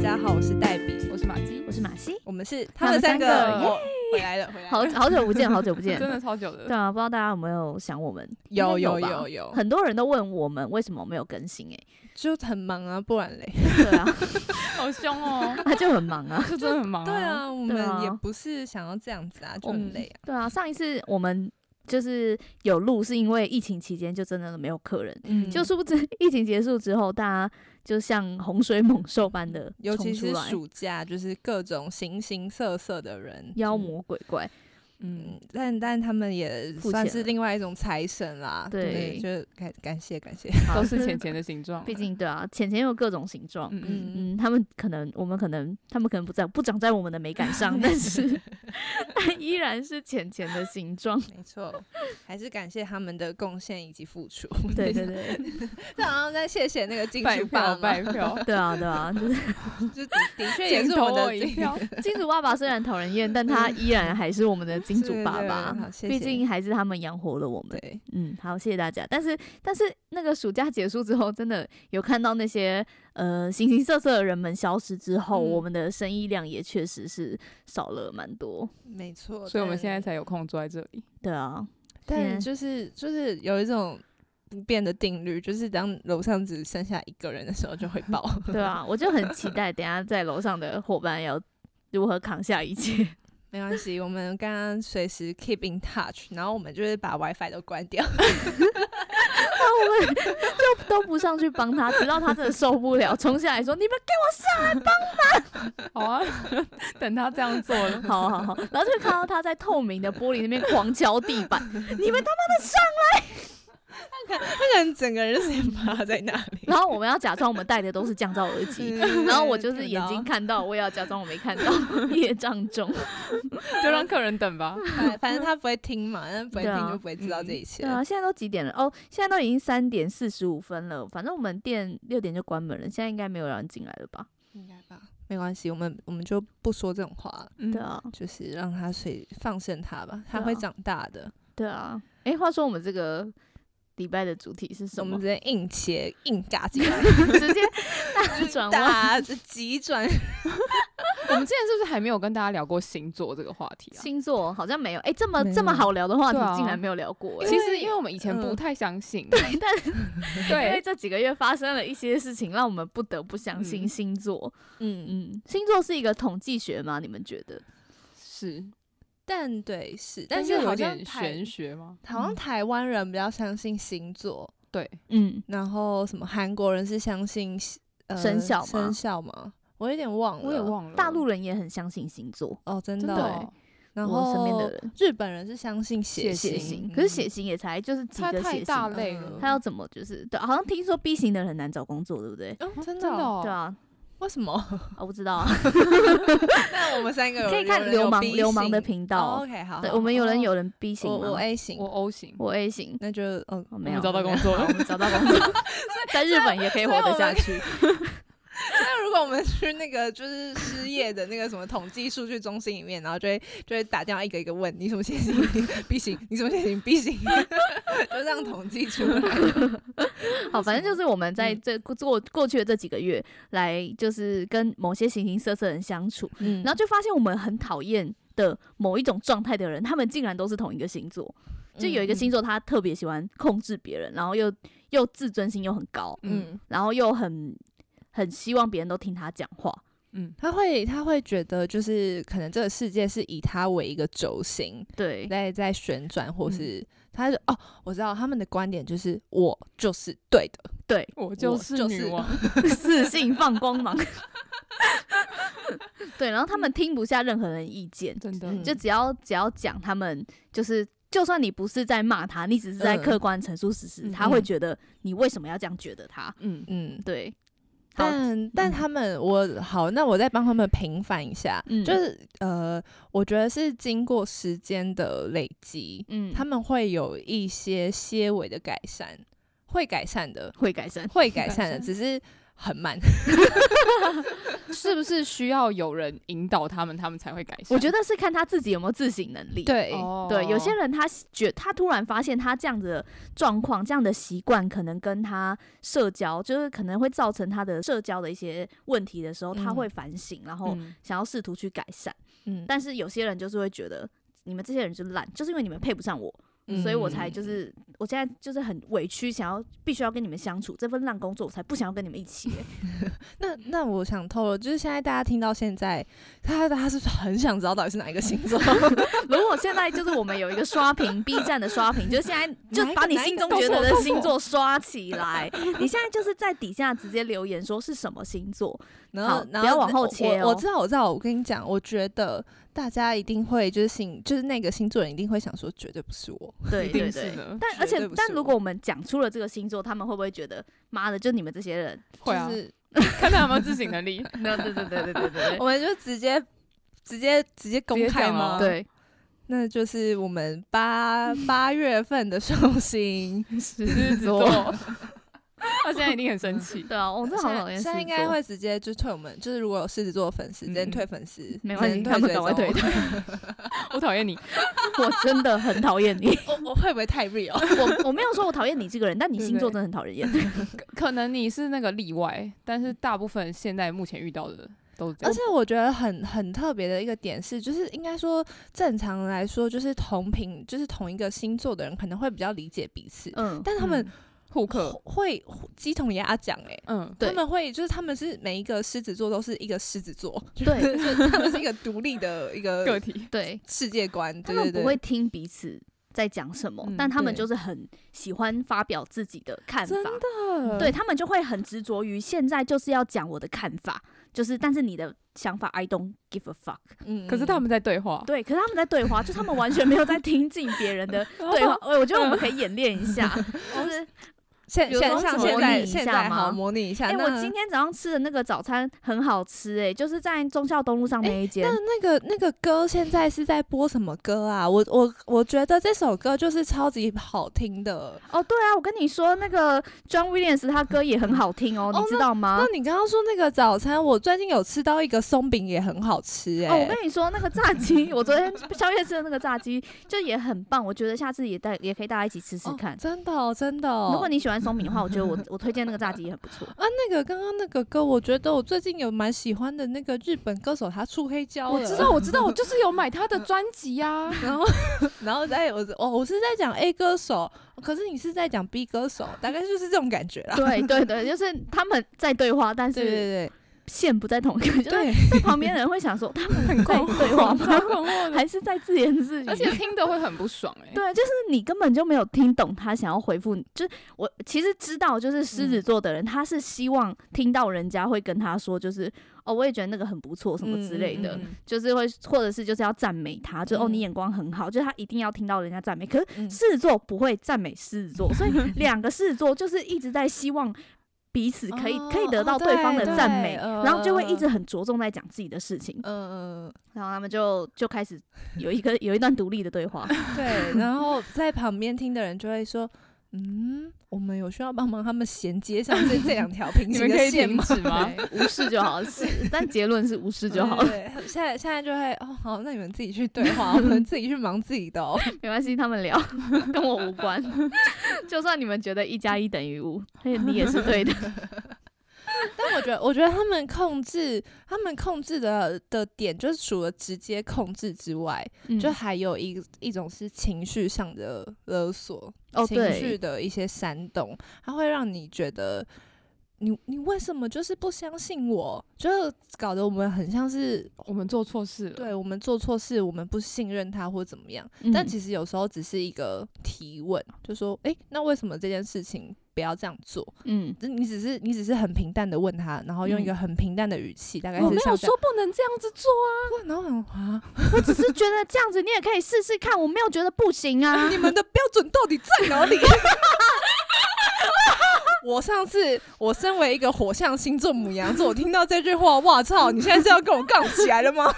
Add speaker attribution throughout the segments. Speaker 1: 家好，我是黛比，
Speaker 2: 我是马姬，
Speaker 3: 我是马 西，
Speaker 1: 我们是他
Speaker 3: 他
Speaker 1: 们
Speaker 3: 们
Speaker 1: 三
Speaker 3: 三
Speaker 1: 个
Speaker 3: 个
Speaker 1: 哦回来了，回来了。
Speaker 3: 好好久不见，好久不见，
Speaker 2: 真的超久的。
Speaker 3: 对啊，不知道大家有没有想我们？
Speaker 1: 有
Speaker 3: 应该有吧
Speaker 1: 有有
Speaker 3: 很多人都问我们为什么没有更新、欸，
Speaker 1: 就很忙啊，不然嘞。
Speaker 3: 哎，对啊，
Speaker 2: 好凶哦，
Speaker 3: 他就很忙啊，
Speaker 2: 就真的很忙。
Speaker 1: 对，啊，我
Speaker 3: 对
Speaker 1: 们
Speaker 3: 啊
Speaker 1: 也不是想要这样子啊，就
Speaker 3: 我
Speaker 1: 很
Speaker 3: 们
Speaker 1: 累啊。
Speaker 3: 对啊，上一次我们就是有录，是因为疫情期间就真的没有客人，
Speaker 1: 嗯
Speaker 3: 就殊不知疫情结束之后，大家就像洪水猛兽般的
Speaker 1: 尤其
Speaker 3: 冲出
Speaker 1: 是
Speaker 3: 来，
Speaker 1: 暑假，就是各种形形色色的人，
Speaker 3: 妖魔鬼 怪，
Speaker 2: 嗯
Speaker 1: 嗯，，但但他们也
Speaker 3: 付
Speaker 1: 算
Speaker 3: 钱
Speaker 1: 是
Speaker 3: 了
Speaker 1: 另外一种财神啦。
Speaker 3: 对
Speaker 1: 就是感感谢感谢。
Speaker 3: 好
Speaker 2: 都是浅，浅的形状。
Speaker 3: 嗯毕，竟对啊，浅浅有各种形状，
Speaker 2: 嗯嗯，
Speaker 1: 嗯，
Speaker 3: 嗯，他们可能，我们可能，他们可能不在，不长在我们的美感 上，但是但依然是浅浅的形状。
Speaker 1: 没错， 还是感谢他们的贡献以及付出。
Speaker 3: 对对 对，
Speaker 1: 这好像在谢谢那个金
Speaker 2: 嗯拜
Speaker 1: 主爸
Speaker 2: 票
Speaker 1: 妈，
Speaker 2: 拜票，
Speaker 3: 对啊对啊，就是
Speaker 1: 就的的确也是我们
Speaker 2: 投
Speaker 1: 的
Speaker 2: 我一
Speaker 1: 金
Speaker 2: 票。
Speaker 3: 金主爸爸虽然讨人厌，但他依然还是我们的金主爸爸
Speaker 1: 对对对好，谢谢
Speaker 3: 毕竟还是他们养活了我们。
Speaker 1: 对，
Speaker 3: 嗯，好，谢谢大家。但是但是那个暑假结束之后，真的有看到那些呃形形色色的人们消失之后，
Speaker 1: 嗯
Speaker 3: 我们的生意量也确实是少了蛮多。
Speaker 1: 没错。
Speaker 2: 所以我们
Speaker 1: 但
Speaker 2: 现在才有空坐在这里。
Speaker 3: 对啊，
Speaker 1: 但
Speaker 3: 天
Speaker 1: 就是就是有一种不变的定律，就是当楼上只剩下一个人的时候就会 爆。
Speaker 3: 对啊，我就很期待等一下在楼上的伙伴要如何扛下一 切。
Speaker 1: 没关系，我们刚刚随时 keep in touch，然后我们就是把 WiFi 都关掉。
Speaker 3: 那我们就都不上去帮他，直到他真的受不了，冲下来说：“你们
Speaker 2: 好啊， 等他这样做 了，
Speaker 3: 好好好。”然后就看到他在透明的玻璃那边狂敲地 板，你们他妈！
Speaker 1: 他可能整个人就是趴在那 里。
Speaker 3: 然后我们要假装我们戴的都是降噪耳机。然后我就是眼睛看到，我也要假装我没看 到，业障重。
Speaker 2: 就让客人等吧。
Speaker 1: 看到，反正他不会听嘛，但不会
Speaker 3: 对
Speaker 1: 听
Speaker 3: 啊
Speaker 1: 就不会知道这一切。
Speaker 3: 对啊，现在都几点了？哦，现在都已经三点四十五分了。反正我们店六点就关门了，现在应该没有人进来了吧？
Speaker 1: 应该吧，没关系，我们我们就不说这种话了，
Speaker 2: 嗯
Speaker 3: 对，啊，
Speaker 1: 就是让他随放生他吧，他
Speaker 3: 对啊
Speaker 1: 会长大的。
Speaker 3: 对啊，诶，话说我们这个礼拜的主题是
Speaker 1: 我
Speaker 3: 什
Speaker 1: 们
Speaker 3: 么
Speaker 1: 直？接硬切硬尬进来，
Speaker 3: 直接 大转弯。
Speaker 1: 大急转。
Speaker 2: 我们之前是不是还没有跟大家聊过星座这个话题啊？
Speaker 3: 星座好像没有，诶，这么
Speaker 1: 没有
Speaker 3: 这么好聊的话题
Speaker 2: 对啊
Speaker 3: 竟然没有聊过、诶
Speaker 2: 其实因为我们以前不
Speaker 1: 嗯
Speaker 2: 太相信，
Speaker 3: 但 因为
Speaker 2: 对，
Speaker 3: 这几个月发生了一些事情，让我们不得不相信
Speaker 2: 嗯
Speaker 3: 星座。
Speaker 1: 嗯，
Speaker 3: 嗯，星座是一个统计学吗？你们觉得？
Speaker 2: 是，
Speaker 1: 但对是，但
Speaker 2: 但是
Speaker 1: 是
Speaker 2: 有
Speaker 1: 好像
Speaker 2: 点
Speaker 1: 台
Speaker 2: 玄学吗？
Speaker 1: 好像
Speaker 3: 嗯
Speaker 1: 台湾人比较相信星座，
Speaker 2: 对，
Speaker 3: 嗯，
Speaker 1: 然后什么韩国人是相信呃
Speaker 3: 生肖吗
Speaker 1: 生肖吗？我有点忘了，
Speaker 2: 我也忘了，
Speaker 3: 大陆人也很相信星座，
Speaker 1: 哦，真
Speaker 2: 真
Speaker 1: 的
Speaker 2: 的
Speaker 1: 哦。
Speaker 2: 哦
Speaker 1: 然
Speaker 3: 我身边
Speaker 1: 后
Speaker 3: 的人
Speaker 1: 日本人是相信血
Speaker 2: 血
Speaker 3: 血
Speaker 2: 型
Speaker 3: 型，
Speaker 1: 嗯
Speaker 3: 可是血型也才就是几
Speaker 2: 它
Speaker 3: 个
Speaker 2: 太
Speaker 3: 血
Speaker 2: 大
Speaker 3: 型，
Speaker 2: 类
Speaker 1: 嗯
Speaker 2: 了，
Speaker 3: 他要怎么就是对？好像听说 B 型的人很难找工作，对不对？
Speaker 1: 哦，真
Speaker 2: 真
Speaker 1: 的
Speaker 2: 的
Speaker 1: 哦，
Speaker 2: 哦
Speaker 3: 对啊，
Speaker 1: 为什么？
Speaker 3: 啊我不知道啊，
Speaker 1: 那我们三个有
Speaker 3: 可以看
Speaker 1: 有人
Speaker 3: 流
Speaker 1: 有
Speaker 3: 氓
Speaker 1: B
Speaker 3: 流氓的
Speaker 1: 型
Speaker 3: 频道
Speaker 1: 哦 OK，好，
Speaker 3: 对，
Speaker 1: 好
Speaker 3: 我们有人
Speaker 2: 哦
Speaker 3: 有人 B 型
Speaker 1: 我
Speaker 3: 吗？
Speaker 1: 我 A 型
Speaker 2: 我，O 型，
Speaker 3: 我 A 型，
Speaker 1: 那就嗯，
Speaker 3: 我
Speaker 2: 我
Speaker 3: 没有
Speaker 2: 们找到工作
Speaker 3: 好
Speaker 2: 了嗯
Speaker 3: 我。们找到工作， 在日本也可以活得下去。
Speaker 1: 那如果我们去那个就是失业的那个什么统计数据中心里面，然后就会就会打电话一个一个问你什么血 型 B 型，你什么血型 B 型， 就这样统计出 来。
Speaker 3: 好，反正就是我们
Speaker 1: 嗯
Speaker 3: 在这过过去的这几个月来，就是跟某些形形色色的人相处，
Speaker 1: 嗯
Speaker 3: 然后就发现我们很讨厌的某一种状态的人，他们竟然都是同一个星座。就有一
Speaker 1: 嗯
Speaker 3: 个星座，他特别喜欢控制别人，然后又又自尊心又很高，
Speaker 2: 嗯
Speaker 3: 然后又很很希望别人都听他讲话。
Speaker 2: 嗯，
Speaker 1: 他会他会觉得就是可能这个世界是以他为一个轴心
Speaker 3: 对，嗯
Speaker 1: 在在旋转，或是、他是哦，我知道他们的观点就是我就是对的，
Speaker 2: 我就
Speaker 1: 我
Speaker 2: 是
Speaker 1: 就
Speaker 2: 女
Speaker 1: 是
Speaker 2: 王，
Speaker 3: 自信放光芒。 对，然后他们听不下任何人意见，
Speaker 2: 真的，
Speaker 1: 嗯
Speaker 3: 就只要只要讲他们，就是就算你不是在骂他，你只是在
Speaker 1: 嗯
Speaker 3: 客观陈述事实，
Speaker 2: 嗯
Speaker 3: 他会觉得你为什么要这样觉得他？
Speaker 2: 嗯，
Speaker 1: 嗯。
Speaker 3: 对，好，
Speaker 1: 但但他们，我好，那我再帮他们平反一下，
Speaker 3: 嗯
Speaker 1: 就是呃，我觉得是经过时间的累积，
Speaker 3: 嗯，
Speaker 1: 他们会有一些些微的改善，会改善的，
Speaker 3: 会改善，
Speaker 1: 会改善的，
Speaker 2: 改善
Speaker 1: 只是很慢。
Speaker 3: 嗯
Speaker 2: 是不是需要有人引导他们，他们才会改善？
Speaker 3: 我觉得是看他自己有没有自省能力。
Speaker 1: 对
Speaker 2: 哦
Speaker 3: 对，有些人他觉他突然发现他这样的状况、这样的习惯，可能跟他社交，就是可能会造成他的社交的一些问题的时候，他
Speaker 1: 嗯
Speaker 3: 会反省，然后
Speaker 2: 嗯
Speaker 3: 想要试图去改善。
Speaker 1: 嗯，
Speaker 3: 但是有些人就是会觉得你们这些人就烂，就是因为你们配不上我，
Speaker 1: 嗯
Speaker 3: 所以我才就是我现在就是很委屈，想要必须要跟你们相处，这份烂工作我才不想要跟你们一 起欸、
Speaker 1: 那那我想透露，就是现在大家听到现在，他他是不是很想知道到底是哪一个星 座？
Speaker 3: 如果现在就是我们有一个刷屏 B 站的刷屏，就是现在就把你心 中觉
Speaker 2: 哪
Speaker 3: 得
Speaker 2: 一个哪一
Speaker 3: 的
Speaker 2: 个
Speaker 3: 星座刷起来，你现在就是在底下直接留言说是什么星座，
Speaker 1: 然后
Speaker 3: 好
Speaker 1: 然后
Speaker 3: 不要往
Speaker 1: 那
Speaker 3: 后
Speaker 1: 我
Speaker 3: 切
Speaker 1: 我。我
Speaker 3: 哦
Speaker 1: 知道，我知道，我跟你讲，我觉得大家一定会就是星，就是那个星座人一定会想说，绝对不是我。
Speaker 3: 对
Speaker 2: 一
Speaker 3: 对
Speaker 2: 定是
Speaker 3: 对。
Speaker 2: 的，
Speaker 3: 但而
Speaker 1: 绝对
Speaker 3: 且
Speaker 1: 不，
Speaker 3: 但
Speaker 1: 是
Speaker 3: 如
Speaker 1: 我
Speaker 3: 果我们讲出了这个星座，他们会不会觉得妈的，就你们这些 人？
Speaker 2: 会啊
Speaker 1: 就，是
Speaker 2: 看他有没有自省能 力。
Speaker 3: 对对对对对对对
Speaker 1: 我们就直接直接直接哦公
Speaker 2: 直接
Speaker 1: 开
Speaker 2: 讲
Speaker 1: 吗？
Speaker 2: 啊，
Speaker 3: 对，
Speaker 1: 那就是我们八八月份的寿星。
Speaker 2: 狮子座，他现在一定很生气。
Speaker 3: 对啊，我真的好讨厌
Speaker 1: 现在现在
Speaker 3: 狮子
Speaker 1: 应该
Speaker 3: 座
Speaker 1: 会直接就退我们，就是如果有狮子座的粉丝，直接
Speaker 2: 嗯
Speaker 1: 退粉丝，
Speaker 3: 没关
Speaker 1: 直
Speaker 3: 系，
Speaker 1: 接
Speaker 3: 他们
Speaker 1: 追
Speaker 3: 赶快
Speaker 1: 踪
Speaker 3: 退。的。
Speaker 2: 我讨 厌你，
Speaker 3: 我真的很讨厌 你，
Speaker 1: 我我会不会太 real？
Speaker 3: 我我没有说我讨厌你这个人，但你
Speaker 2: 对
Speaker 3: 星座
Speaker 2: 对
Speaker 3: 真的很讨人厌。
Speaker 2: 可能你是那个例外，但是大部分现在目前遇到的都是这
Speaker 1: 而
Speaker 2: 样
Speaker 1: 且。我觉得很很特别的一个点是，就是应该说正常来说，就是同频，就是同一个星座的人可能会比较理解彼此，
Speaker 3: 嗯，
Speaker 1: 但他们
Speaker 2: 嗯互克，
Speaker 1: 会鸡同鸭讲哎。
Speaker 2: 嗯，
Speaker 3: 对
Speaker 1: 他们会就是他们是每一个狮子座都是一个狮子座，
Speaker 3: 对
Speaker 1: 就是他们是一个独立的一
Speaker 2: 个
Speaker 1: 个
Speaker 2: 体，
Speaker 3: 对，
Speaker 1: 世界观，
Speaker 3: 他
Speaker 1: 对对
Speaker 3: 们
Speaker 1: 对，
Speaker 3: 不会听彼此在讲什么，
Speaker 2: 嗯
Speaker 3: 但他们
Speaker 1: 对
Speaker 3: 就是很喜欢发表自己的看法
Speaker 1: 真，的
Speaker 3: 对他们就会很执着于现在就是要讲我的看法，就是但是你的想法 I don't give a fuck，
Speaker 1: 嗯
Speaker 2: 可是他们在对话，
Speaker 3: 对，可是他们在对话，就他们完全没有在听进别 人的对话，哎我我觉得我们可以演练一下，就是
Speaker 1: 现
Speaker 3: 有
Speaker 1: 现
Speaker 3: 时候
Speaker 1: 像
Speaker 3: 模
Speaker 1: 现在
Speaker 3: 拟一
Speaker 1: 现
Speaker 3: 下
Speaker 1: 在
Speaker 3: 吗
Speaker 1: 好模拟一下，
Speaker 3: 哎、
Speaker 1: 那
Speaker 3: 我今天早上吃的那个早餐很好吃、哎，就是在忠孝东路上那一间，
Speaker 1: 哎那那个那个歌现在是在播什么歌啊？我我我觉得这首歌就是超级好听的。
Speaker 3: 哦，对啊，我跟你说，那个 John Williams 他歌也很 好听哦，
Speaker 1: 哦
Speaker 3: 你知道吗？
Speaker 1: 那你刚刚说那个早餐，我最近有吃到一个松饼，也很好吃
Speaker 3: 哦，
Speaker 1: 哎、
Speaker 3: 我跟你说，那个炸鸡，我昨天宵夜吃的那个炸鸡就也很棒，我觉得下次也带也可以大家一起吃吃
Speaker 1: 哦
Speaker 3: 看。
Speaker 1: 真的、哦、真的、哦。
Speaker 3: 如果你喜欢松饼的话，我觉 得我我推荐那个炸鸡也很不错。
Speaker 1: 啊，那个刚刚那个歌，我觉得我最近有蛮喜欢的那个日本歌手，他出黑胶了。
Speaker 2: 我知道，我知道，我就是有买他的专辑啊 呀。
Speaker 1: 然后， 然后再我哦，我是在讲 A 歌手，可是你是在讲 B 歌手，大概就是这种感觉啦。
Speaker 3: 对对对，就是他们在对话，但
Speaker 1: 对
Speaker 3: 是
Speaker 1: 对
Speaker 3: 线不在同一个，
Speaker 1: 对
Speaker 3: 就是
Speaker 1: 对，
Speaker 3: 在旁边的人会想说，他 们
Speaker 2: 很
Speaker 3: 在
Speaker 2: 困惑，
Speaker 3: 对话
Speaker 2: 超
Speaker 3: 吗？
Speaker 2: 困惑的，
Speaker 3: 还是在自言自语？
Speaker 2: 而且听得会很不爽哎。
Speaker 3: 对，就是你根本就没有听懂他想要回复你。就是我其实知道，就是狮
Speaker 1: 嗯
Speaker 3: 子座的人，他是希望听到人家会跟他说，就是哦，我也觉得那个很不错，什么之类的，
Speaker 1: 嗯嗯
Speaker 3: 就是会或者是就是要赞美他，就、哦
Speaker 1: 嗯
Speaker 3: 你眼光很好，就是他一定要听到人家赞美。可是
Speaker 1: 嗯
Speaker 3: 狮子座不会赞美狮 子座，所以两个狮子座就是一直在希望。彼此可以、可以
Speaker 1: 哦
Speaker 3: 得
Speaker 1: 哦
Speaker 3: 到对方的
Speaker 1: 对
Speaker 3: 赞
Speaker 1: 对
Speaker 3: 美，
Speaker 1: 呃
Speaker 3: 然后就会一直很着重在讲自己的事情，
Speaker 1: 嗯、呃，
Speaker 3: 然后他们就就开始有一个有一段独立的对话。
Speaker 1: 对。然后在旁边听的人就会说。嗯，我们有需要帮忙他们衔接上这这两条平
Speaker 2: 你
Speaker 1: 行
Speaker 2: 们可
Speaker 1: 的
Speaker 2: 以
Speaker 1: 线
Speaker 2: 停
Speaker 1: 吗？
Speaker 2: 止吗？
Speaker 3: 对，无视就好，是， 但结论是无视就好
Speaker 1: 对
Speaker 3: 了，
Speaker 1: 对对现在现在就会哦，好，那你们自己去对话，我们自己去忙自己的哦。
Speaker 3: 没关系，他们 聊，跟我无关。 就算你们觉得一加一等于五，而且哎你也是对的。
Speaker 1: 但我觉得，我觉得他们控制，他们控制的的点，就是除了直接控制之外，
Speaker 3: 嗯
Speaker 1: 就还有一一种是情绪上的勒索，
Speaker 3: 哦
Speaker 1: 情绪
Speaker 3: 对，
Speaker 1: 的一些煽动，它会让你觉得。你你为什么就是不相信我？就是搞得我们很像是
Speaker 2: 我们做错事了。
Speaker 1: 对我们做错事，我们不信任他或怎么样。
Speaker 3: 嗯
Speaker 1: 但其实有时候只是一个提问，就说：诶，那为什么这件事情不要这样做？
Speaker 3: 嗯，
Speaker 1: 就你只是你只是很平淡的问他，然后用一个很平淡的语气，大概是
Speaker 2: 我没有
Speaker 1: 像这
Speaker 2: 说
Speaker 1: 样，
Speaker 2: 不能这样子做啊！
Speaker 1: 哇然后很啊，
Speaker 3: 我只是觉得这样子你也可以试试看，我没有觉得不行啊。
Speaker 1: 你们的标准到底在哪里？ 我上次我身为一个火象星座母羊座，我听到这句话，哇操！你现在是要跟我杠起来了吗？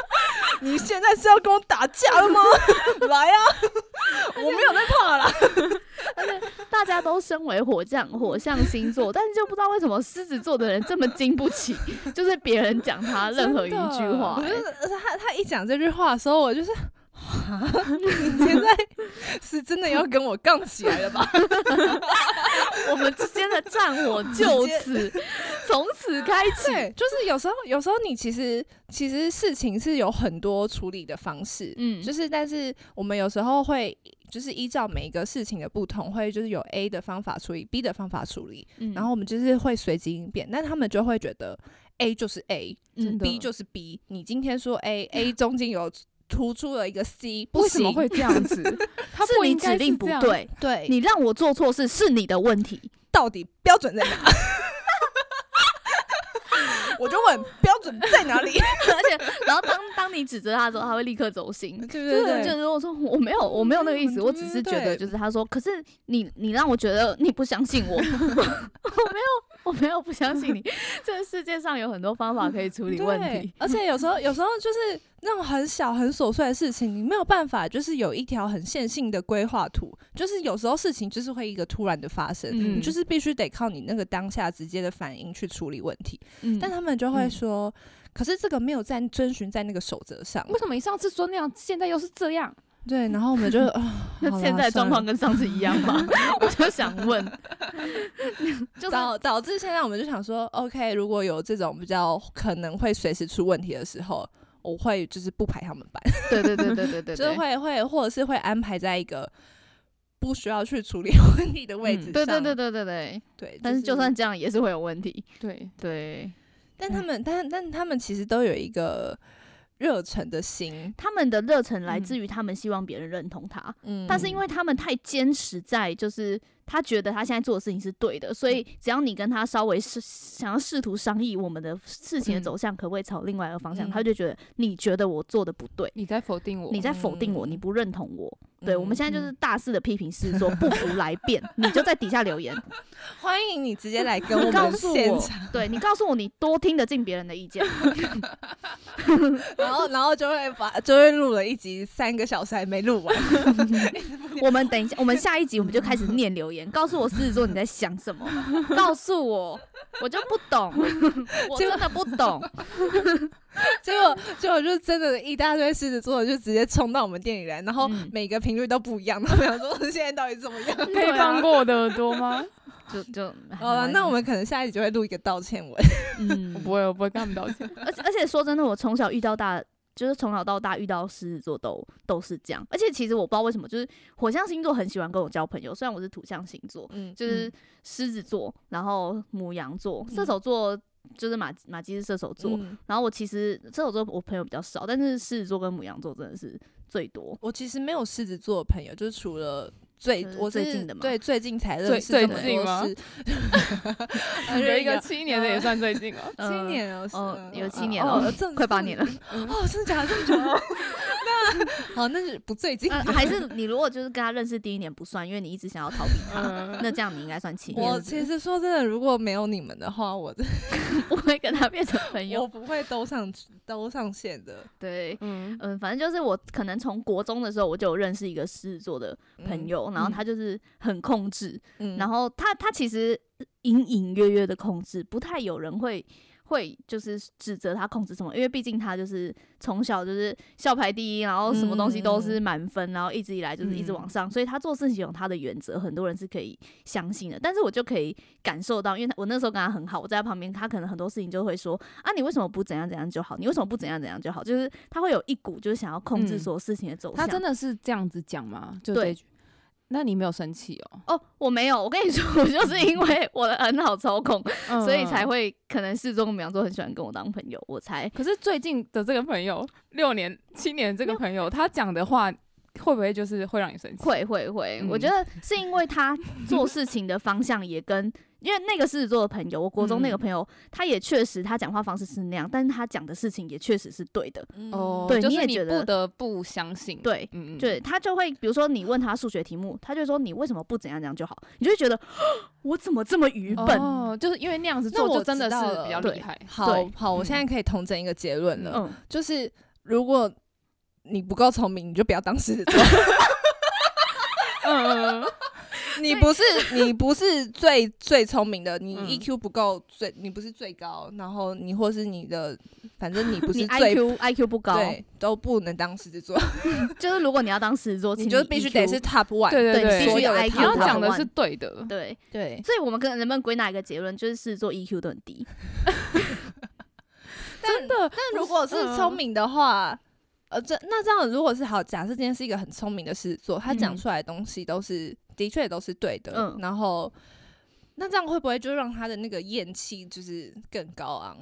Speaker 1: 你 现在是要跟我打架了吗？来啊！我没有在怕啦，
Speaker 3: 大家都身为火象火象星 座，但是就不知道为什么狮子座的人这么经不 起，就是别人讲他任何一句话、
Speaker 1: 我
Speaker 3: 欸
Speaker 1: 就是而且他他一讲这句话的时候，我就是。啊！你现在是真的要跟我杠起来了吧？
Speaker 3: 哎我们之间的战火就此从此开启。
Speaker 1: 对，就是有时候，有时候你其实其实事情是有很多处理的方式，
Speaker 3: 嗯
Speaker 1: 就是，但是我们有时候会就是依照每一个事情的不同，会就是有 A 的方法处理，B 的方法处理，
Speaker 3: 嗯
Speaker 1: 然后我们就是会随机应变，但他们就会觉得 A 就是 A，B
Speaker 2: 真的
Speaker 1: 就是 B。你今天说 A，A 中间有突出了一个 C，不
Speaker 2: 为什么
Speaker 1: 行，
Speaker 2: 会这样 子？他
Speaker 3: 是
Speaker 2: 不
Speaker 3: 你
Speaker 2: 应该
Speaker 3: 指令不
Speaker 2: 这样，
Speaker 3: 对，
Speaker 1: 对
Speaker 3: 你让我做错事是你的问题。
Speaker 1: 到底标准在哪？ 我就问标准在哪 里？
Speaker 3: 而且，然后当当你指责他的时候，他会立刻走心。
Speaker 1: 对
Speaker 3: 就
Speaker 1: 对
Speaker 3: 是就是如果说我没有我没有那个意思，
Speaker 1: 嗯
Speaker 3: 我只是觉
Speaker 1: 对
Speaker 3: 得就是他说，可是你你让我觉得你不相信我，我 没有我没有不相信你， 这世界上有很多方法可以处理问题
Speaker 1: 对。而且有时候，有时候就是那种很小、很琐碎的事情，你没有办法，就是有一条很线性的规划图。就是有时候事情就是会一个突然的发生，
Speaker 2: 嗯
Speaker 1: 你就是必须得靠你那个当下直接的反应去处理问题。
Speaker 3: 嗯
Speaker 1: 但他们就会
Speaker 3: 嗯
Speaker 1: 说，可是这个没有在遵循在那个守则上。
Speaker 2: 为什么你上次说那样，现在又是这样？
Speaker 1: 对，然后我们 就啊，
Speaker 3: 那
Speaker 1: 好啦
Speaker 3: 现在状况
Speaker 1: 算了
Speaker 3: 跟上次一样吗？ 我就想 问，就是
Speaker 1: 导导致现在我们就想说，OK，如果有这种比较可能会随时出问题的时候。我会就是不排他们班，
Speaker 3: 对对对对对对，
Speaker 1: 就是
Speaker 3: 对
Speaker 1: 会会或者是会安排在一个不需要去处理 问题的位置上。
Speaker 2: 嗯
Speaker 3: 对对对对对对，
Speaker 1: 对，
Speaker 3: 但是就算这样也是会有问题。
Speaker 2: 对，
Speaker 3: 对
Speaker 1: 但他们但但他们其实都有一个热忱的心，
Speaker 3: 他们的热忱来自
Speaker 2: 嗯
Speaker 3: 于他们希望别人认同他，
Speaker 1: 嗯，
Speaker 3: 但是因为他们太坚持在，就是他觉得他现在做的事情是对的，所以
Speaker 1: 嗯
Speaker 3: 只要你跟他稍微试想要试图商议我们的事情的
Speaker 2: 嗯
Speaker 3: 走向，可不可以朝另外一个方向，
Speaker 1: 嗯
Speaker 3: 他就觉得你觉得我做的不对，
Speaker 2: 你在否定我，
Speaker 3: 你在否定我，
Speaker 1: 嗯
Speaker 3: 你不认同我。对，我们
Speaker 1: 嗯
Speaker 3: 现在就是
Speaker 2: 嗯
Speaker 3: 大肆的批评狮子座，不服来辩，你就在底 下留言，
Speaker 1: 欢迎你直接来 跟我
Speaker 3: 告
Speaker 1: 们
Speaker 3: 诉
Speaker 1: 现
Speaker 3: 我
Speaker 1: 场，，
Speaker 3: 对你告诉我你多听得进别人的意见，
Speaker 1: 然后然后就会把就会录了一集三个小时还没录完，
Speaker 3: 我们等一下，我们下一 集我们就开始念留言，告诉我狮子座你在想什么， 告诉我，我就不懂，我真的不懂。
Speaker 1: 结果结果就真的，一大堆狮子座就直接冲到我们店里来，然后
Speaker 2: 嗯
Speaker 1: 每个频率都不一样。他们想说 现在到底怎么 样？
Speaker 2: 可以
Speaker 3: 对啊
Speaker 2: 放过我的耳朵吗？
Speaker 3: 就就
Speaker 1: 好了，那我们可能下一集就会录一个道歉文。
Speaker 2: 我
Speaker 3: 嗯
Speaker 2: 不会，我不会跟他们道 歉。
Speaker 3: 而且而且说真的，我从小遇到大，就是从小到大遇到狮子座都都是这样。而且其实我不知道为什么，就是火象星座很喜欢跟我交朋友，虽然我是土象星座，
Speaker 1: 嗯，
Speaker 3: 就是
Speaker 2: 嗯
Speaker 3: 狮子座，然后母羊座，射
Speaker 1: 嗯
Speaker 3: 手座。就是马马基是射手座，然后我其实射手座我朋友比较少，但是狮子座跟母羊座真的是最 多。
Speaker 1: 我其实没有狮子座的朋友，就是除了。最
Speaker 3: 就是
Speaker 1: 我是
Speaker 3: 最近的嘛，
Speaker 1: 对最近才认
Speaker 2: 最
Speaker 1: 识这
Speaker 2: 最
Speaker 1: 么
Speaker 2: 近
Speaker 1: 多
Speaker 2: 吗
Speaker 1: 狮，
Speaker 2: 有一 个七年的也算最近了
Speaker 1: 七
Speaker 3: 嗯
Speaker 1: 年哦，是
Speaker 3: 哦
Speaker 1: 嗯
Speaker 3: 有
Speaker 1: 嗯
Speaker 3: 七年
Speaker 1: 哦
Speaker 3: 了，
Speaker 1: 这
Speaker 3: 快八年了。
Speaker 1: 哦，真的假的这么久？ 那好，那是不最近
Speaker 3: 呃，还 是你如果就是跟他认识第一年不算，因为你一直想要逃避他，
Speaker 2: 嗯，
Speaker 3: 那这样你应该算七年
Speaker 1: 我。其实说真的，如果没有你们的话，我
Speaker 3: 不会跟他变成朋
Speaker 1: 我
Speaker 3: 友。
Speaker 1: 不会兜上兜上线的
Speaker 3: 对，
Speaker 2: 嗯，
Speaker 3: 嗯，反正就是我可能从国中的时候我就有认识一个狮子座的朋，友，然后他就是很控制，
Speaker 1: 嗯
Speaker 3: 然后他他其实隐隐约约的控制，不太有人会。会就是指责他控制什么，因为毕竟他就是从小就是校排第一，然后什么东西
Speaker 2: 嗯
Speaker 3: 都是满分，然后一直以来就是一直往上，所以他做事情有他的原则，很多人是可以相信的。但是我就可以感受到，因为他我那时候跟他很好，我在他旁边，他可能很多事情就会说啊，你为什么不怎样怎样就好？你为什么不怎样怎样就好？就是他会有一股就是想要控制
Speaker 2: 嗯
Speaker 3: 所有事情的走向。
Speaker 2: 他真的是这样子讲吗？就
Speaker 3: 对
Speaker 2: 这一句，那你没有生气哦，
Speaker 3: 哦，我没有，我跟你说，我就是因为我的很好操控，所以才
Speaker 2: 嗯。
Speaker 3: 会可能是中母羊座很喜欢跟我当朋友，我才
Speaker 2: 可是最近的这个朋友，六年、七年这个朋友，他讲的话会不会就是会让你生气？
Speaker 3: 会会会。
Speaker 2: 嗯
Speaker 3: 我觉得是因为他做事情的方向也跟。因为那个狮子座的朋友，我国中那个
Speaker 2: 嗯
Speaker 3: 朋友，他也确实他讲话方式是那样，但是他讲的事情也确实是对的。
Speaker 1: 嗯
Speaker 2: 哦，
Speaker 3: 嗯对
Speaker 2: 就
Speaker 3: 你
Speaker 2: 是
Speaker 3: 也
Speaker 2: 你
Speaker 3: 觉得
Speaker 2: 不得不相信。
Speaker 3: 对
Speaker 2: 嗯，嗯，
Speaker 3: 对他就会，比如说你问他数学题目，他就说你为什么不怎样怎样就好，你就会觉得我怎么这么愚笨？
Speaker 2: 哦，就是因为那样子
Speaker 1: 那
Speaker 2: 做，
Speaker 1: 我
Speaker 2: 就真的
Speaker 1: 知道
Speaker 2: 是
Speaker 1: 了
Speaker 2: 比较
Speaker 3: 对
Speaker 2: 厉害。
Speaker 1: 好
Speaker 3: 对
Speaker 1: 好，我现在可以统整一个结论了，
Speaker 3: 嗯，
Speaker 1: 就是如果你不够聪明，你就不要当狮子座。
Speaker 2: 嗯嗯，嗯
Speaker 1: 你不是你不是最最聪明的，你
Speaker 2: 嗯
Speaker 1: EQ 不够最，你不是最高，然后你或是你的，反正 你不
Speaker 3: 你
Speaker 1: 是最
Speaker 3: IQ IQ 不高，
Speaker 1: 对，都不能当狮子座，
Speaker 3: 就是如果你要当狮子座，
Speaker 1: 你
Speaker 3: 请
Speaker 1: 就必须
Speaker 3: EQ
Speaker 1: 得是 top one。
Speaker 2: 对
Speaker 3: 对
Speaker 2: 对，
Speaker 3: 你必须有
Speaker 1: 所有的
Speaker 3: IQ
Speaker 2: 然后
Speaker 1: top
Speaker 2: 讲的
Speaker 3: one
Speaker 2: 是对的，
Speaker 3: 对。
Speaker 1: 对，
Speaker 3: 所以我们跟能不能归纳一个结论，就是狮
Speaker 2: 嗯
Speaker 3: 子座 EQ 都很低。
Speaker 2: 真的
Speaker 1: 但如果是
Speaker 3: 嗯
Speaker 1: 聪明的话，呃，这那这样如果是好，假设今天是一个很聪明的狮子座，他讲
Speaker 2: 嗯
Speaker 1: 出来的东西都是、的确都是对的，
Speaker 3: 嗯
Speaker 1: 然后那这样会不会就让他的那个厌气就是更高昂？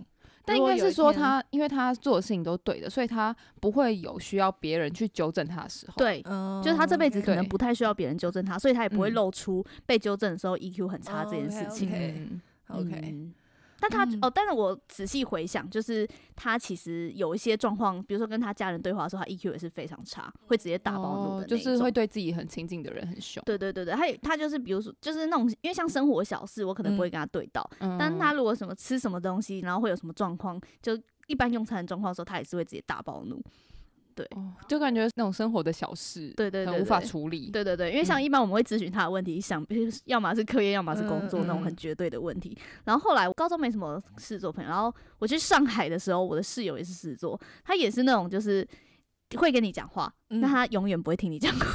Speaker 2: 但
Speaker 1: 如
Speaker 2: 应
Speaker 1: 果
Speaker 2: 该
Speaker 1: 有
Speaker 2: 是
Speaker 1: 一
Speaker 2: 说
Speaker 1: 天
Speaker 2: 他，因为他做的事情都对的，所以他不会有需要别人去纠正他的时候。，
Speaker 3: 对，
Speaker 1: 嗯
Speaker 3: 就是他这辈子可能
Speaker 2: 对
Speaker 3: 不太需要别人纠正他，所以他也不会
Speaker 2: 哦嗯
Speaker 3: 露出被纠正的时候 EQ 很差这件事情。
Speaker 1: OK
Speaker 2: 嗯，
Speaker 1: OK，、
Speaker 3: 嗯但他、
Speaker 1: 嗯
Speaker 3: 哦，但是我仔细回想，就是他其实有一些状况，比如说跟他家人对话的时候，他 EQ 也是非常差，会直接打暴怒
Speaker 2: 哦
Speaker 3: 的那一
Speaker 2: 就
Speaker 3: 种、
Speaker 2: 是会对自己很亲近的人很凶。
Speaker 3: 对对对对，他也他就是比如说就是那种，因为像生活小事，我可能不会
Speaker 1: 嗯
Speaker 3: 跟他对到，
Speaker 2: 嗯
Speaker 3: 但他如果什么吃什么东西，然后会有什么状况，就一般用餐的状况的时候，他也是会直接大暴怒。
Speaker 2: 哦就感觉那种生活的小事，
Speaker 3: 对对对
Speaker 2: 很无法
Speaker 3: 对
Speaker 2: 处理。
Speaker 3: 对对对，因为
Speaker 1: 嗯
Speaker 3: 像一般我们会咨询他的问题，想要么是课业，要么是工作
Speaker 1: 嗯嗯
Speaker 3: 那种
Speaker 2: 嗯
Speaker 3: 很绝对的问题。然后后来我高中没什么事做朋友，然后我去上海的时候，我的室友也是狮子座，他也是那种就是会跟你讲话，
Speaker 1: 嗯
Speaker 3: 但他永远不会听你讲话。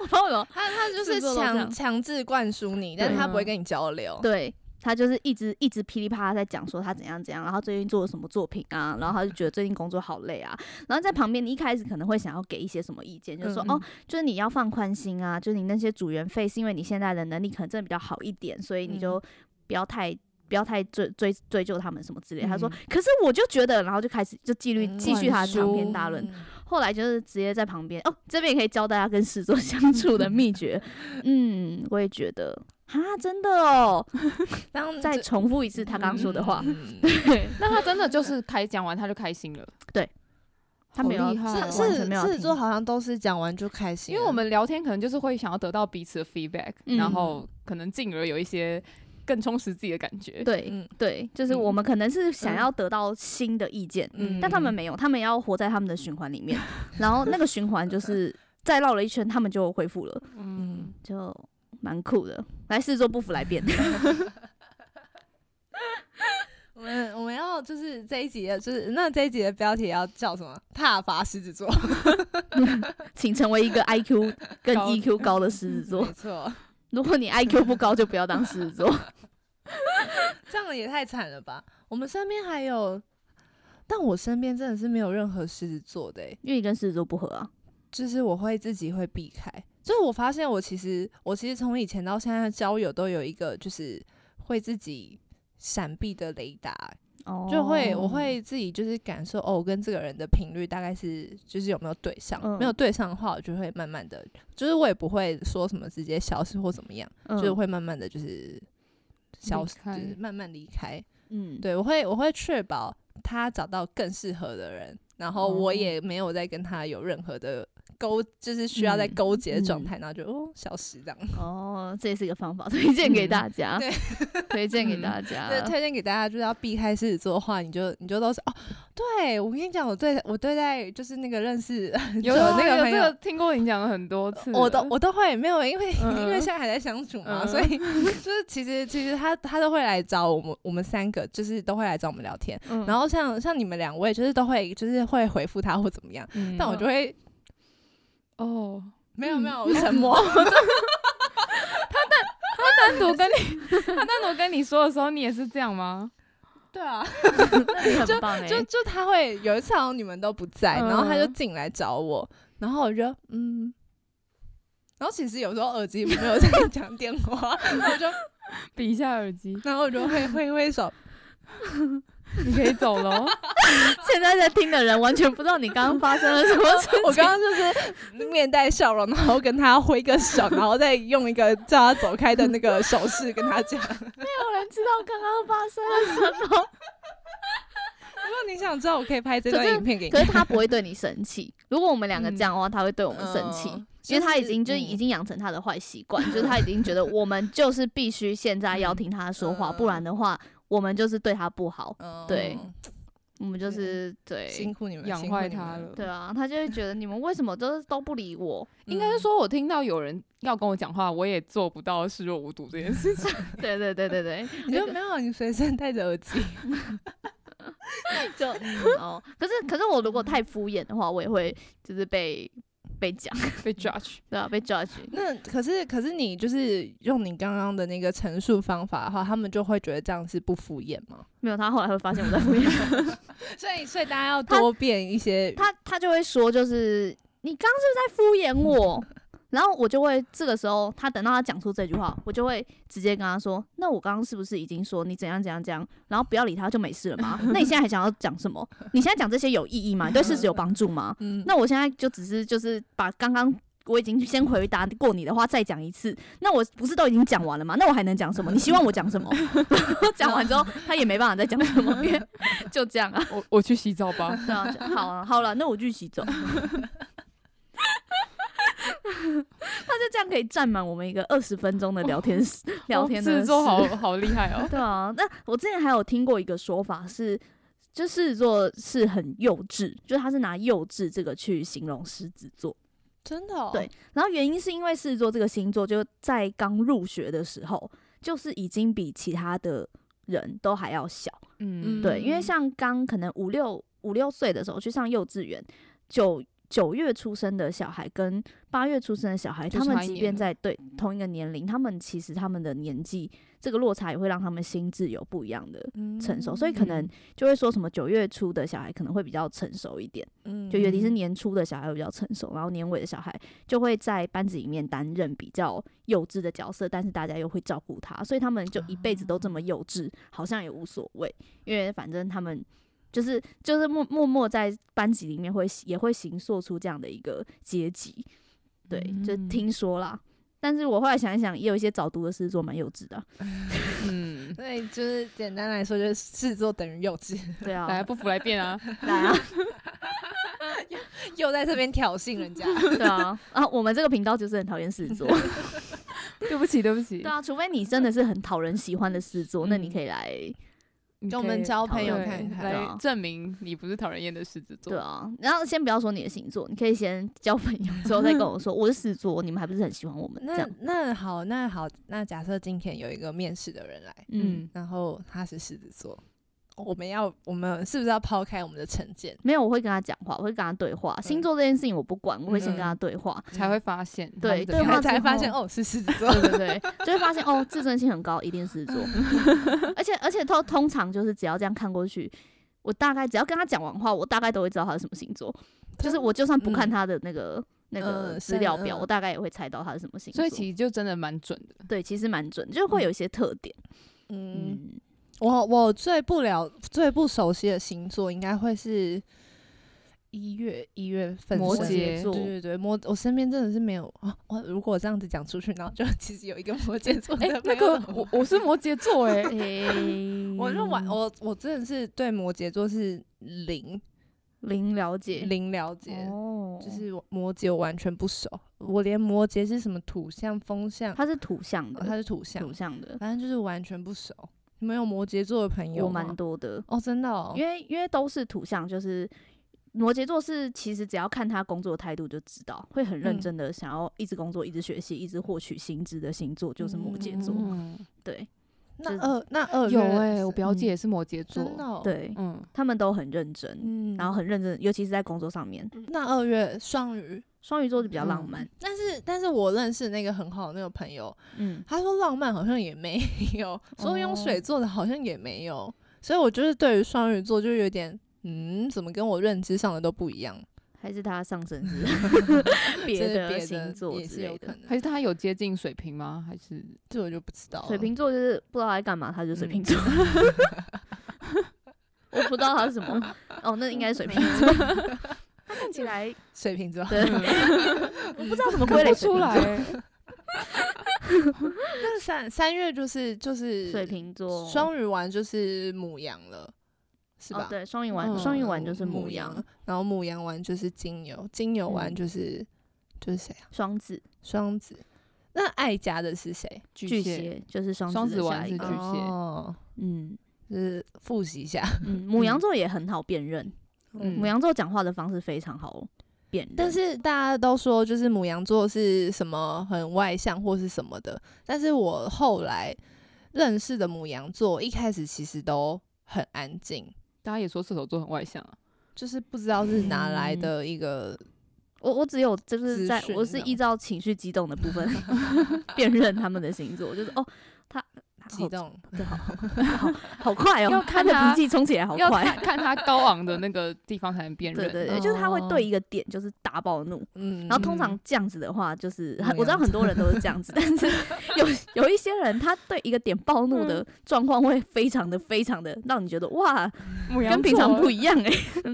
Speaker 3: 我不知道为什么，
Speaker 1: 他他就
Speaker 3: 狮
Speaker 1: 是
Speaker 3: 子座都这
Speaker 1: 强
Speaker 3: 样
Speaker 1: 强制灌输你，但
Speaker 2: 对
Speaker 1: 是他不
Speaker 3: 嗯
Speaker 1: 会跟你交流。
Speaker 3: 对他就是一直一直噼里啪啦在讲说他怎样怎样，然后最近做了什么作品啊，然后他就觉得最近工作好累啊，然后在旁边你一开始可能会想要给一些什么意见，就是说、
Speaker 2: 嗯
Speaker 3: 哦，就是你要放宽心啊，就是你那些组员费是因为你现在的能力可能真的比较好一点，所以你
Speaker 2: 嗯
Speaker 3: 就不要太。不要太追追追究他们什么之类的。他说
Speaker 2: 嗯：“
Speaker 3: 可是我就觉得，然后就开始就继续
Speaker 1: 嗯
Speaker 3: 继续他的长篇
Speaker 2: 灌
Speaker 3: 大论。
Speaker 1: 嗯
Speaker 3: 后来就是直接在旁边哦，这边也可以教大家跟狮子座相处的秘诀。嗯，我也觉得哈，真的哦，
Speaker 1: 当
Speaker 3: 再重复一次他刚刚说的话。
Speaker 1: 嗯
Speaker 3: 对，
Speaker 2: 那他真的就是开讲完他就开心了，
Speaker 3: 他没有
Speaker 2: 好
Speaker 3: 要
Speaker 2: 厉害
Speaker 1: 是
Speaker 2: 哦，
Speaker 3: 完
Speaker 1: 是
Speaker 3: 全没有
Speaker 1: 狮
Speaker 3: 要
Speaker 1: 子座
Speaker 3: 听
Speaker 1: 好像都是讲完就开心
Speaker 2: 因
Speaker 1: 了，
Speaker 2: 为我们聊天可能就是会想要得到彼此的 feedback，、
Speaker 3: 嗯
Speaker 2: 然后可能进而有一些更充实自己的感觉。
Speaker 3: 对
Speaker 1: 嗯
Speaker 3: 对，就是我们可能是想要得到新的意见，
Speaker 1: 嗯
Speaker 3: 但他们没有，他们要活在他们的循环里面，然后那个循环就是再绕了一圈，他们就恢复了，
Speaker 2: 嗯，
Speaker 3: 就蛮酷的。来试做不服来辩，
Speaker 1: 我们我们要就是这一集的，就是那这一集的标题要叫什么？踏伐狮子座，
Speaker 3: 请成为一个 IQ 跟
Speaker 2: 高
Speaker 3: EQ 高的狮子座
Speaker 1: 没。错，
Speaker 3: 如果你 IQ 不高，就不要当狮子座。
Speaker 1: 这样也太惨了吧！我们身边还有，但我身边真的是没有任何狮子座的、欸，
Speaker 3: 因为你跟狮子座不合啊。
Speaker 1: 就是我会自己会避开。就是我发现我其实我其实从以前到现在的交友都有一个就是会自己闪避的雷达、
Speaker 3: 哦
Speaker 1: 就会我会自己就是感受哦，我跟这个人的频率大概是就是有没有对上，没有
Speaker 3: 嗯
Speaker 1: 对上的话，我就会慢慢的，就是我也不会说什么直接消失或怎么样，就是
Speaker 3: 嗯
Speaker 1: 会慢慢的就是消
Speaker 2: 离
Speaker 1: 失，就是
Speaker 2: 开
Speaker 1: 慢慢离开。
Speaker 3: 嗯，
Speaker 1: 对我会我会确保他找到更适合的人，然后
Speaker 3: 哦
Speaker 1: 我也没有再跟他有任何的。勾就是需要在
Speaker 2: 嗯
Speaker 1: 勾结的状
Speaker 3: 嗯
Speaker 1: 态，然后就哦消失这样。
Speaker 3: 哦，这也是一个方法， 推荐给大家， 推荐给大家。
Speaker 2: 啊
Speaker 1: 对， 推荐给大家就是要避开狮子座的话，你就你就都是哦。对我跟你讲，我对我对待就是那个认识
Speaker 2: 有
Speaker 1: 有
Speaker 2: 啊
Speaker 1: 那个
Speaker 2: 有
Speaker 1: 朋
Speaker 2: 这
Speaker 1: 友
Speaker 2: 个听过你讲了很多次了，
Speaker 1: 我都我都会没有，因为、因为
Speaker 2: 嗯
Speaker 1: 现在还在相处嘛，
Speaker 2: 嗯
Speaker 1: 所以就是其实其实他他都会来找我们我们三个，就是都会来找我们聊天。
Speaker 2: 嗯
Speaker 1: 然后像像你们两位，就是都会就是会回复他或怎么样，
Speaker 2: 嗯
Speaker 1: 但我就会
Speaker 2: 哦，
Speaker 1: 没有没有，我沉默。
Speaker 2: 单独跟 你他单独跟你说的时候，你也是这样吗？
Speaker 1: 对啊，
Speaker 3: 那你很棒哎、
Speaker 1: 就就他会有一次好像你们都不在，然后他就
Speaker 2: 嗯
Speaker 1: 进来找我，然后我就嗯。然后其实有时候耳机没有在讲电话， 然后我就
Speaker 2: 比一下耳机，
Speaker 1: 然后我就会挥挥 手，
Speaker 2: 你可以走 了哦。
Speaker 3: 现在在听的人完全不知道你刚刚发生了什么事情。
Speaker 1: 我刚刚就是面带笑容，然后跟他挥个手，然后再用一个叫他走开的那个手势跟他讲。 如
Speaker 3: 没有人知道刚刚 发生了什么，
Speaker 1: 果你想知道，我可以拍这段
Speaker 3: 可是
Speaker 1: 影片给你
Speaker 3: 可
Speaker 1: 看。
Speaker 3: 是他不会对你生气。如果我们两个这样的话，他会对我们生气。
Speaker 1: 嗯
Speaker 3: 因为他已
Speaker 1: 就是
Speaker 3: 嗯经就
Speaker 1: 嗯
Speaker 3: 已经养成他的坏习惯，就是他已经 觉得我们就是必须现在要听他说话，
Speaker 1: 嗯
Speaker 3: 不然的话我们就是对他不好。
Speaker 1: 嗯
Speaker 3: 对我们就是
Speaker 1: 辛
Speaker 3: 对
Speaker 1: 苦你们，
Speaker 2: 养
Speaker 1: 辛苦
Speaker 2: 坏
Speaker 1: 你
Speaker 2: 他
Speaker 1: 们
Speaker 2: 了。
Speaker 3: 对啊，他就会觉得你们为什么都都不理我？
Speaker 1: 嗯
Speaker 2: 应该是说，我听到有人要跟我讲话，我也做不到视若无睹这件事情。
Speaker 3: 对对对对 对，
Speaker 1: 嗯你就没有，你随身带着耳机，
Speaker 3: 就嗯哦，可是可是我如果太敷衍的话，我也会就是被被讲，
Speaker 2: 被 judge，
Speaker 3: 对啊，被 judge。
Speaker 1: 那可是可是你就是用你刚刚的那个陈述方法的话，他们就会觉得这样是不敷衍 吗？
Speaker 3: 没有，他后来会发现我在敷衍
Speaker 1: 所以所以大家要
Speaker 3: 他
Speaker 1: 多变一些，
Speaker 3: 他，他就会说就是你刚刚是不是在敷衍我？然后我就会这个时候，他等到他讲出这句话，我就会直接跟他说：“那我刚刚是不是已经说你怎样怎样怎样？然后不要理他就没事了吗？那你现在还想要讲什么？你现在讲这些有意义吗？你对事实有帮助吗？
Speaker 1: 嗯，
Speaker 3: 那我现在就只是就是把刚刚我已经先回答过你的话再讲一次，那我不是都已经讲完了吗？那我还能讲什么？你希望我 讲什么？ 然后讲完之后他也没办法再讲什么，因为就这样啊。
Speaker 2: 我 我去洗澡吧。
Speaker 3: 对啊，就好啊，好了，那我去洗澡。 他就这样可以占满我们一个二十分钟的聊天时 聊天的
Speaker 2: 哦制作
Speaker 3: 时
Speaker 2: 好好厉害 哦。
Speaker 3: 对啊，那我之前还有听过一个说法是，就狮子座是很幼稚，就是他是拿幼稚这个去形容狮子座。
Speaker 1: 真的、哦、
Speaker 3: 对，然后原因是因为狮子座这个星座就在刚入学的时候，就是已经比其他的人都还要小。
Speaker 2: 嗯，
Speaker 3: 对，因为
Speaker 1: 嗯
Speaker 3: 像刚可能五六五六岁的时候去上幼稚园，九九月出生的小孩跟八月出生的小孩，
Speaker 2: 就
Speaker 3: 他
Speaker 2: 差
Speaker 3: 们
Speaker 2: 一
Speaker 3: 即
Speaker 2: 年
Speaker 3: 便
Speaker 2: 了
Speaker 3: 在对同一个年龄，他们其实他们的年纪这个落差也会让他们心智有不一样的
Speaker 1: 嗯
Speaker 3: 成
Speaker 2: 嗯
Speaker 3: 熟，所以可能就会说什么九月初的小孩可能会比较成熟一点，
Speaker 1: 嗯
Speaker 3: 就尤其是
Speaker 2: 嗯
Speaker 3: 年初的小孩会比较成熟，然后年尾的小孩就会在班级里面担任比较幼稚的角色，但是大家又会照顾他，所以他们就一辈子都这
Speaker 2: 啊
Speaker 3: 么幼稚，好像也无所谓，因为反正他们。就是就是默默默在班级里面会也会形塑出这样的一个阶级，对，就
Speaker 2: 嗯
Speaker 3: 听说啦。但是我后来想一想，也有一些早读的狮子座蛮幼稚的 啊，
Speaker 2: 嗯，
Speaker 1: 所以就是简单来说，就是事做等于幼稚，
Speaker 3: 对啊，
Speaker 2: 来不服来辩 啊。
Speaker 3: 来啊，
Speaker 1: 又在这边挑衅 人家。
Speaker 3: 对 啊，啊，我们这个频道就是很讨厌狮子座，
Speaker 2: 对不起，对不起
Speaker 3: 对，啊，除非你真的是很讨人喜欢的狮子座，那你
Speaker 2: 嗯
Speaker 3: 可以来，
Speaker 2: 你
Speaker 1: 跟我
Speaker 2: 可
Speaker 1: 们
Speaker 2: 以
Speaker 1: 交
Speaker 2: 讨
Speaker 1: 朋友
Speaker 2: 论
Speaker 1: 看看
Speaker 3: 对
Speaker 2: 来
Speaker 3: 啊
Speaker 2: 证明你不是讨人厌的狮子座。
Speaker 3: 对啊，然后先不要说你的星座，你可以先交朋友，之后再跟我说我是狮子座，你们还不是很喜欢我们这
Speaker 1: 那
Speaker 3: 样，
Speaker 1: 那好，那好，那假设今天有一个面试的人来，
Speaker 3: 嗯，
Speaker 1: 然后他是狮子座，我们要我们是不是要抛开我们的成见？
Speaker 3: 没有，我会跟他讲话，我会跟他对话，星座这件事情我不管，我会先跟他对话，
Speaker 2: 才会发现他
Speaker 3: 对
Speaker 2: 们怎么
Speaker 3: 对话
Speaker 2: 样
Speaker 1: 才
Speaker 3: 之
Speaker 1: 发现
Speaker 3: 后
Speaker 1: 哦是狮子座，
Speaker 3: 对对对，就会发现哦，自尊心很高，一定是狮子座。而且而且通通常就是只要这样看过去，我大概只要跟他讲完话，我大概都会知道他是什么星座。 就是我就算不看
Speaker 1: 嗯
Speaker 3: 他的那个、那个
Speaker 1: 嗯
Speaker 3: 资料
Speaker 1: 是
Speaker 3: 表，
Speaker 1: 嗯
Speaker 3: 我大概也会猜到他是什么星座。
Speaker 2: 所以其实就真的蛮准的。
Speaker 3: 对，其实蛮准，就是会有一些特点。
Speaker 1: 嗯，
Speaker 3: 嗯，
Speaker 1: 我我最不了、最不熟悉的星座应该会是一月一月份
Speaker 2: 摩
Speaker 1: 生
Speaker 2: 羯
Speaker 1: 对对对，摩我身边真的是没有啊。我如果我这样子讲出去，然后就 其实有一个摩羯座
Speaker 2: 哎
Speaker 1: 的、朋
Speaker 2: 那
Speaker 1: 友
Speaker 2: 个
Speaker 1: 怎么
Speaker 2: 我我是摩羯座 哎、
Speaker 3: 诶
Speaker 1: 我就完，我我真的是对摩羯座是零
Speaker 3: 零了解，
Speaker 1: 零了解，
Speaker 3: 哦，
Speaker 1: 就是我摩羯我完全不熟，我连摩羯是什么土象、风象，
Speaker 3: 他是土象
Speaker 1: 哦它
Speaker 3: 的，
Speaker 1: 是土象
Speaker 3: 土，象的，
Speaker 1: 反正就是完全不熟。你们有摩羯座的朋友
Speaker 3: 我
Speaker 1: 吗
Speaker 3: 蛮多的，
Speaker 1: 哦，真的哦，
Speaker 3: 因为因为都是土象，就是摩羯座是其实只要看他工作态度就知道，会很认
Speaker 1: 嗯
Speaker 3: 真的想要一直工作、一直学习、一直获取薪资的星座就是摩羯座。
Speaker 2: 嗯
Speaker 3: 对
Speaker 1: 那
Speaker 3: 就是
Speaker 1: 二那二
Speaker 2: 有
Speaker 1: 哎、
Speaker 2: 哎、我表
Speaker 3: 嗯
Speaker 2: 姐也是摩羯座。
Speaker 1: 真的、哦、。
Speaker 3: 对，
Speaker 2: 嗯，
Speaker 3: 他们都很认真，
Speaker 1: 嗯
Speaker 3: 然后很认真，尤其是在工作上面。
Speaker 1: 那二月双鱼，
Speaker 3: 双鱼座就比较浪
Speaker 2: 嗯
Speaker 3: 漫，
Speaker 1: 但是但是我认识那个很好的那个朋友，
Speaker 3: 嗯，
Speaker 1: 他说浪漫好像也没有， 说用
Speaker 3: 哦
Speaker 1: 水做的好像也没有，所以我就是对于双鱼座就有点。嗯，怎么跟我认知上的都不一样？
Speaker 3: 还是他上 升是别
Speaker 1: 这
Speaker 3: 的
Speaker 1: 别
Speaker 3: 星座
Speaker 1: 也
Speaker 3: 之
Speaker 1: 是有
Speaker 3: 类
Speaker 1: 可
Speaker 3: 的。
Speaker 1: 能，
Speaker 2: 还是他有接近水瓶吗？还是
Speaker 1: 这我就不知道了。
Speaker 3: 水瓶座就是不知道他在干嘛，他就是水瓶座。 我不知道他是什 么，哦，那应该是水瓶座。 他看起来
Speaker 1: 水瓶座，
Speaker 3: 对，我不知 道怎么归类
Speaker 2: 不
Speaker 3: 水瓶
Speaker 2: 出
Speaker 3: 座
Speaker 2: 来、欸？
Speaker 1: 那三三月就是就是
Speaker 3: 水瓶座
Speaker 1: 双鱼完就是母羊了，是吧？
Speaker 3: 哦，对，双鱼丸，
Speaker 2: 嗯
Speaker 3: 双鱼丸就是
Speaker 1: 母
Speaker 3: 母羊，，
Speaker 1: 然后母羊完就是金牛，金牛完
Speaker 3: 嗯
Speaker 1: 就是、就是谁啊？
Speaker 3: 双子、
Speaker 1: 双子。那爱家的是谁？
Speaker 2: 巨
Speaker 3: 巨
Speaker 2: 蟹，
Speaker 3: 蟹就是双
Speaker 2: 双
Speaker 3: 子
Speaker 2: 子
Speaker 3: 的
Speaker 2: 丸
Speaker 3: 下
Speaker 2: 是
Speaker 3: 一
Speaker 2: 巨
Speaker 3: 个
Speaker 2: 蟹。
Speaker 1: 哦，
Speaker 3: 嗯，
Speaker 1: 就是复习一 下。
Speaker 3: 嗯，母羊座也很好辨认，
Speaker 2: 嗯
Speaker 3: 母羊座讲话的方式非常好辨认，
Speaker 1: 但是大家都说，就是母羊座是什么很外向或是什么的，但是我后来认识的母羊座，一开始其实都很安静，
Speaker 2: 大家也说射手座很外向啊，
Speaker 1: 就是不知道是哪来
Speaker 3: 嗯
Speaker 1: 的一个，
Speaker 3: 我我只有就是
Speaker 1: 资
Speaker 3: 在
Speaker 1: 讯
Speaker 3: 我是
Speaker 1: 这样
Speaker 3: 依照情绪激动的部分 辨认他们的星座，就是哦，他他
Speaker 1: 激动，
Speaker 3: 对， 好好好好快哦
Speaker 2: 要，
Speaker 3: 他
Speaker 2: 看
Speaker 3: 的
Speaker 2: 他
Speaker 3: 脾气冲起来好
Speaker 2: 要
Speaker 3: 快 嗯
Speaker 2: 看， 看他高昂的那个地方才能辨认
Speaker 3: 对
Speaker 2: 啊。
Speaker 3: 对对，就是他会对一个点就是大暴怒，
Speaker 1: 嗯，
Speaker 3: 然后通常
Speaker 2: 嗯
Speaker 3: 这样子的话，就是很
Speaker 1: 母
Speaker 3: 我知道
Speaker 1: 羊
Speaker 3: 很多人都是这样子，但 是有有一些人他对一个点暴怒的状况会非常的非常的让你觉得哇，
Speaker 2: 母羊
Speaker 3: 跟平常
Speaker 2: 座
Speaker 3: 不一样 哎、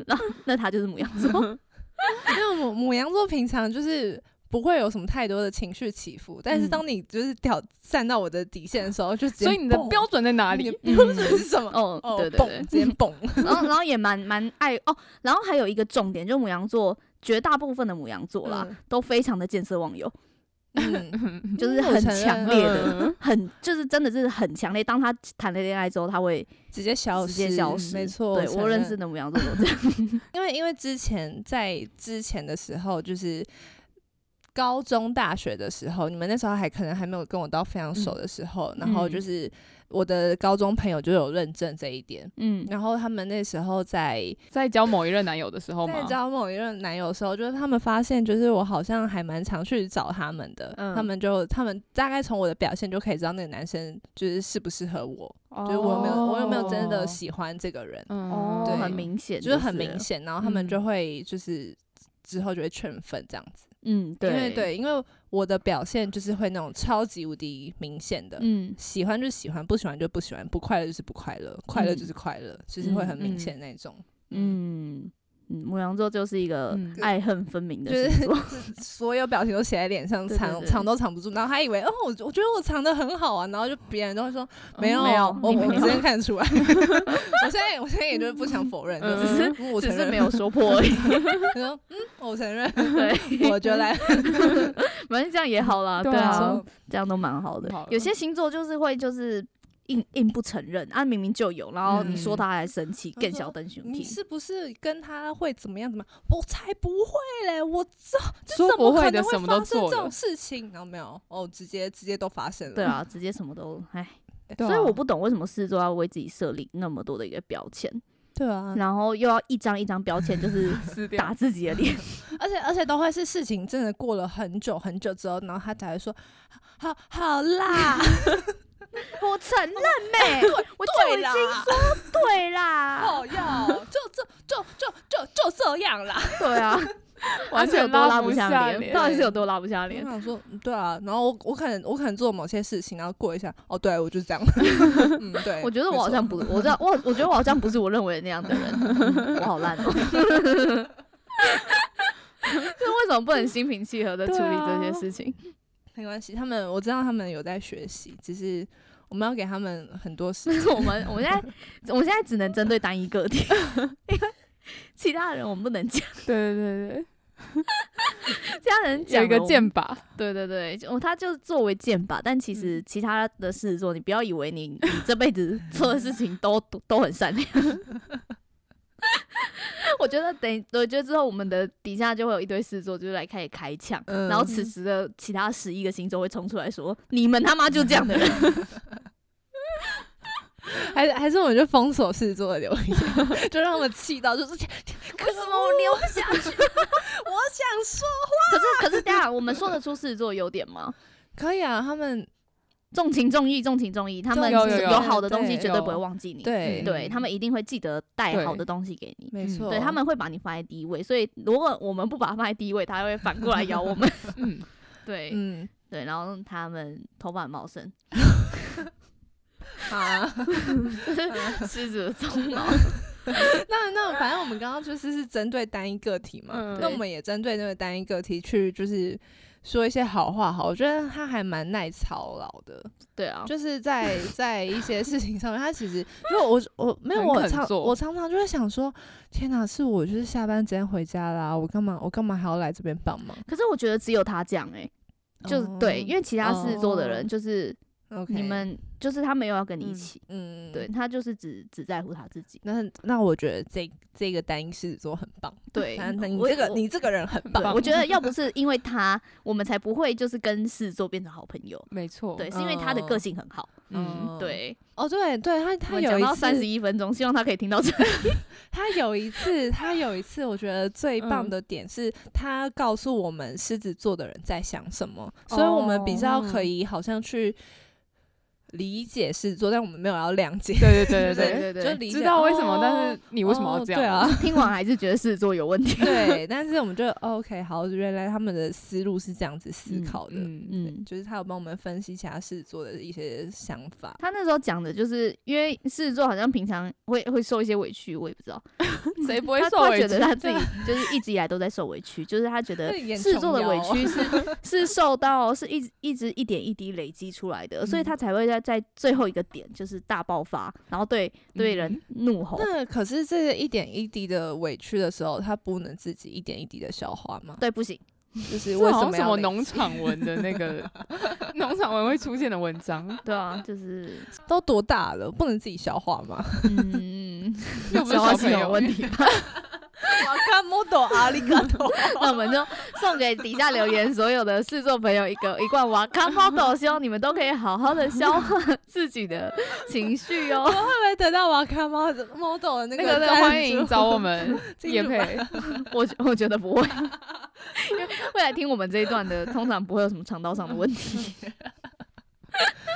Speaker 3: 然后那他就是母羊 座，
Speaker 1: 因为母母羊座平常就是。不会有什么太多的情绪起伏，但是
Speaker 3: 嗯
Speaker 1: 当你就是挑战到我的底线的时候，就直接
Speaker 2: 所以你的
Speaker 1: 蹦
Speaker 2: 标准在哪
Speaker 1: 你
Speaker 2: 里嗯
Speaker 1: 的？标准是什么？
Speaker 3: 哦，对对
Speaker 1: 蹦
Speaker 3: 对，
Speaker 1: 直接 蹦，
Speaker 3: 然后然后也蛮蛮爱哦，然后还有一个重点，就母羊座绝大部分的母羊座啦，
Speaker 1: 嗯
Speaker 3: 都非常的见色忘友，
Speaker 1: 嗯，
Speaker 3: 就是
Speaker 1: 我
Speaker 3: 很
Speaker 1: 承认
Speaker 3: 强烈的，
Speaker 2: 嗯
Speaker 3: 很就是真的是很强烈。当他谈了恋爱之后，他会
Speaker 1: 直接消
Speaker 3: 直
Speaker 1: 失，
Speaker 3: 接消失。
Speaker 1: 没错，
Speaker 3: 对
Speaker 1: 承
Speaker 3: 我认
Speaker 1: 认
Speaker 3: 识的母羊座都这样。
Speaker 1: 因为因为之前在之前的时候，就是高中、大学的时候，你们那时候还可能还没有跟我到非常熟的时候，然后就
Speaker 3: 嗯
Speaker 1: 是我的高中朋友就有认证这一点，
Speaker 3: 嗯，
Speaker 1: 然后他们那时候在
Speaker 2: 在交某一任男友的时候
Speaker 1: 在
Speaker 2: 吗？
Speaker 1: 交某一任男友的时候，就是他们发现，就是我好像还蛮常去找他们的，
Speaker 3: 嗯
Speaker 1: 他们就他们大概从我的表现就可以知道那个男生就是适不适合我，就是我有没有我有没有真的
Speaker 2: 哦
Speaker 1: 喜欢这个人。
Speaker 2: 嗯
Speaker 3: 哦
Speaker 1: 对，
Speaker 3: 很明显，
Speaker 1: 就是很明。显，然后他们
Speaker 3: 嗯
Speaker 1: 就会就是之后就会劝分这样子，
Speaker 3: 嗯，对
Speaker 1: 因为，对，因为我的表现就是会那种超级无敌明显的，
Speaker 3: 嗯
Speaker 1: 喜欢就喜欢，不喜欢就不喜欢，不快乐就是不快乐，快乐
Speaker 3: 嗯
Speaker 1: 就是快乐，就是会很明显那种，
Speaker 3: 嗯嗯，母羊座就是一个
Speaker 2: 嗯
Speaker 3: 爱恨分明的
Speaker 1: 就是
Speaker 3: 星座。
Speaker 1: 所有表情都写在脸上，
Speaker 3: 对对
Speaker 1: 藏
Speaker 3: 对
Speaker 1: 藏都藏不住，然后他以为哦，我我觉得我藏的很好啊，然后就别人都会说没
Speaker 2: 嗯
Speaker 1: 有，
Speaker 3: 嗯没有
Speaker 1: 我
Speaker 3: 你没
Speaker 1: 我
Speaker 3: 有
Speaker 1: 直接看得出来， 我现在我现在也就是不想否认，就
Speaker 2: 嗯
Speaker 1: 是嗯我
Speaker 3: 只
Speaker 1: 承
Speaker 3: 是
Speaker 1: 认
Speaker 3: 没，有说破而已，
Speaker 1: 他 说嗯，我承 认，
Speaker 3: 对，
Speaker 1: 我就嗯来，
Speaker 3: 反正这样也好啦，
Speaker 2: 对
Speaker 3: 对
Speaker 2: 啊
Speaker 3: 啊，这样都蛮好的
Speaker 2: 好了。
Speaker 3: 有些星座就是会就是硬硬不承认，啊，明明就有，然后你说他还生气，
Speaker 1: 嗯
Speaker 3: 更小灯熊
Speaker 1: 你
Speaker 3: 屁。
Speaker 1: 是不是跟他会怎么样？怎么样？我才不会嘞！我这这
Speaker 2: 说
Speaker 1: 怎
Speaker 2: 不
Speaker 1: 么
Speaker 2: 会
Speaker 1: 可
Speaker 2: 的
Speaker 1: 能
Speaker 2: 什么
Speaker 1: 发
Speaker 2: 都
Speaker 1: 生
Speaker 2: 做
Speaker 1: 这种
Speaker 2: 了
Speaker 1: 事情？然后没有哦，直接直接都发生了。
Speaker 3: 对，啊，直接什么都唉，
Speaker 2: 对啊
Speaker 3: 所以我不懂为什么狮子座要为自己设立那么多的一个标签，
Speaker 1: 对啊，
Speaker 3: 然后又要一张一张标签，就是
Speaker 2: 撕掉
Speaker 3: 打自己 的脸。
Speaker 1: 而且而且都会是事情真的过了很久很久之后，然后他才会说好好好啦，
Speaker 3: 我承认呗， 我就已
Speaker 1: 对
Speaker 3: 经
Speaker 1: 啦，
Speaker 3: 说对啦，
Speaker 1: 哦哟，就这就就就就这样啦。
Speaker 3: 对啊，
Speaker 2: 完
Speaker 3: 是有
Speaker 2: 全
Speaker 3: 多
Speaker 2: 拉
Speaker 3: 不
Speaker 2: 下
Speaker 3: 脸，到底是有多拉不下
Speaker 1: 我
Speaker 3: 脸？
Speaker 1: 想说，嗯对啊，然后我我可能我可能做某些事情，然后过一下，哦，对我就是这样。嗯， 对，
Speaker 3: 我觉得
Speaker 1: 没
Speaker 3: 我好
Speaker 1: 错
Speaker 3: 像不，我知道我我觉得我好像不是我认为的那样的人， 嗯我好烂哦。 就是为什么不能心平气和的处
Speaker 2: 对
Speaker 3: 理
Speaker 2: 啊
Speaker 3: 这些事情？
Speaker 1: 没关系，他们我知道他们有在学习，只是我们要给他们很多时
Speaker 3: 但是 我们我们现在我现在只能针对单一个体， 因为其他人我们不能讲，
Speaker 2: 对对对
Speaker 3: 其他人
Speaker 2: 对，
Speaker 3: 讲
Speaker 2: 有一个
Speaker 3: 了我们
Speaker 2: 剑，靶，
Speaker 3: 对对对，就哦，他就是作为剑靶，但其
Speaker 1: 嗯
Speaker 3: 实其他的事情做，你不要以为你你这辈子做的事情都都都很善良。 我觉得等，我觉得之后我们的底下就会有一堆事做，就是来开始开枪，
Speaker 1: 嗯
Speaker 3: 然后此时的其他十一个星座会冲出来说：“你们他妈就这样的人。
Speaker 1: 还是还是我们就封锁狮子座的留言， 就让他们气到，就是 为什么我留不下去？我想说，”
Speaker 3: 可是，可是，当然，我们说得出狮子座优点吗？
Speaker 1: 可以啊，他们
Speaker 3: 重情重义，重情重义，他们
Speaker 1: 有
Speaker 3: 是
Speaker 2: 有有
Speaker 3: 有好的东西
Speaker 2: 对
Speaker 3: 绝对
Speaker 2: 有
Speaker 3: 不会忘记你，
Speaker 1: 嗯对嗯
Speaker 3: 对他们一定会记得带
Speaker 2: 对
Speaker 3: 好的东西给你。
Speaker 1: 没错，
Speaker 3: 对他们会把你放在第一位，所以如果我们不把它放在第一位，它会反过来咬 我们。
Speaker 2: 嗯，
Speaker 3: 对、
Speaker 1: 嗯
Speaker 3: 对，然后他们头发很茂 盛，
Speaker 1: 啊，
Speaker 3: 狮子的鬃毛。
Speaker 1: 那那反正我们刚刚就是是针对单一个体嘛，
Speaker 2: 嗯
Speaker 1: 那我们也针对那个单一个体去就是说一些好话好，我觉得他还蛮耐操劳的，
Speaker 3: 对啊，
Speaker 1: 就是在在一些事情上面，他其实因为我我没有
Speaker 2: 很
Speaker 1: 我
Speaker 2: 肯
Speaker 1: 常
Speaker 2: 做
Speaker 1: 我常常就会想说，天哪，是我就是下班直接回家啦，我干嘛我干嘛还要来这边帮忙？
Speaker 3: 欸可是我觉得只有他这样哎、就是、对，因
Speaker 1: 为
Speaker 3: 为其他狮子座的人
Speaker 1: 哦
Speaker 3: 就是
Speaker 1: OK，
Speaker 3: 你们就是他没有要跟你一起，
Speaker 1: 嗯，
Speaker 3: 对。他就是只只在乎他自己。
Speaker 1: 那那我觉得这这个单一狮子座很棒，
Speaker 3: 对
Speaker 1: 他 那你
Speaker 3: 我
Speaker 1: 这个
Speaker 3: 我
Speaker 1: 你这个人很棒，
Speaker 3: 对，我觉得要不是因为他，我们才不会就是跟狮子座变成好朋友。
Speaker 2: 没错，
Speaker 3: 对，是因为他的个
Speaker 1: 嗯
Speaker 3: 性很好。
Speaker 2: 嗯，
Speaker 1: 嗯，
Speaker 3: 对，
Speaker 1: 哦，对对，他
Speaker 3: 我
Speaker 1: 他
Speaker 3: 们
Speaker 1: 有
Speaker 3: 讲
Speaker 1: 一
Speaker 3: 到
Speaker 1: 次
Speaker 3: 三十一分钟，希望他可以听到这。
Speaker 1: 他有一次，他有一次，我觉得最
Speaker 2: 嗯
Speaker 1: 棒的点是，他告诉我们狮子座的人在想什么，所以我们比较
Speaker 2: 哦
Speaker 1: 可以好像去理解狮子座，但我们没有要谅解，
Speaker 2: 对 对对对
Speaker 3: 对
Speaker 1: 就
Speaker 3: 对
Speaker 1: 理
Speaker 2: 对，
Speaker 1: 解
Speaker 2: 知道为什么，但
Speaker 1: 哦
Speaker 2: 是你为什么要
Speaker 1: 哦
Speaker 2: 这样？
Speaker 1: 对啊，
Speaker 3: 听完还是觉得狮子座有问题。
Speaker 1: 对，但是我们就哦 OK，好，原来他们的思路是这样子思考的，
Speaker 2: 嗯，嗯，
Speaker 3: 嗯，
Speaker 1: 就是他有帮我们分析其他狮子座的一些想法，
Speaker 3: 他那时候讲的就是，因为狮子座好像平常会会受一些委屈，我也不知道，
Speaker 2: 谁不会
Speaker 3: 他
Speaker 2: 受
Speaker 3: 他
Speaker 2: 委
Speaker 3: 觉
Speaker 2: 屈？
Speaker 3: 得他自己就是一直以来都在受委屈，就是他觉
Speaker 2: 呃
Speaker 3: 得
Speaker 1: 这眼
Speaker 3: 狮子座的
Speaker 1: 琼
Speaker 3: 委
Speaker 1: 瑶
Speaker 3: 屈是 是受到是一直一直一点一滴累积出来的，所以
Speaker 2: 嗯
Speaker 3: 他才会在在最后一个点就是大爆发，然后对
Speaker 2: 嗯
Speaker 3: 对人怒吼。
Speaker 1: 那可是这一点一滴的委屈的时候，他不能自己一点一滴的消化 吗？
Speaker 3: 对，不行，
Speaker 1: 就是为
Speaker 2: 这好
Speaker 1: 什
Speaker 2: 像
Speaker 1: 么
Speaker 2: 什
Speaker 1: 要
Speaker 2: 么
Speaker 1: 累
Speaker 2: 农
Speaker 1: 积
Speaker 2: 场文的那个农场文会出现的文章，
Speaker 3: 对 啊，就是
Speaker 1: 都多大了，不能自己消化吗？
Speaker 3: 嗯，
Speaker 2: 又不是
Speaker 3: 消化
Speaker 2: 小
Speaker 3: 系
Speaker 2: 朋
Speaker 3: 统
Speaker 2: 友
Speaker 3: 有问题吧？
Speaker 1: 看 model 阿里嘎 多，
Speaker 3: 那我们就送给底下留言所有的视作朋友一个一罐瓦卡猫豆，希望你们都可以好好的 消化自己的情绪哦。
Speaker 1: 会不会得到我看 model model 的那
Speaker 2: 那个
Speaker 1: 个
Speaker 2: 的欢迎找我们
Speaker 1: 进
Speaker 2: 叶
Speaker 1: 入
Speaker 2: 佩，
Speaker 3: 我觉我觉得不会，因为未来听我们这一段的，通常不会有什么肠道上的问题。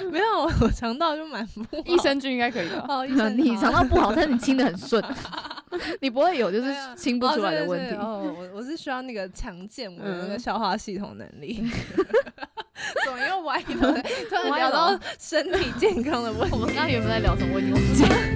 Speaker 1: 没有，我肠道就蛮不好
Speaker 2: 益生菌应该可以吧？
Speaker 1: 哦，医生
Speaker 3: 你肠
Speaker 1: 好
Speaker 3: 道不好，但是你 清的很顺，你不会有就是
Speaker 1: 对啊
Speaker 3: 清不出来的
Speaker 1: 哦对
Speaker 3: 问
Speaker 1: 对
Speaker 3: 题
Speaker 1: 对。哦，我我是需要那个强健我的那个
Speaker 2: 嗯
Speaker 1: 消化系统能力。 怎么又歪了？突然聊
Speaker 3: 歪
Speaker 1: 到
Speaker 3: 了
Speaker 1: 身体健康的问
Speaker 3: 我
Speaker 1: 题
Speaker 3: 们。刚刚原本在聊什么，我已经忘记了。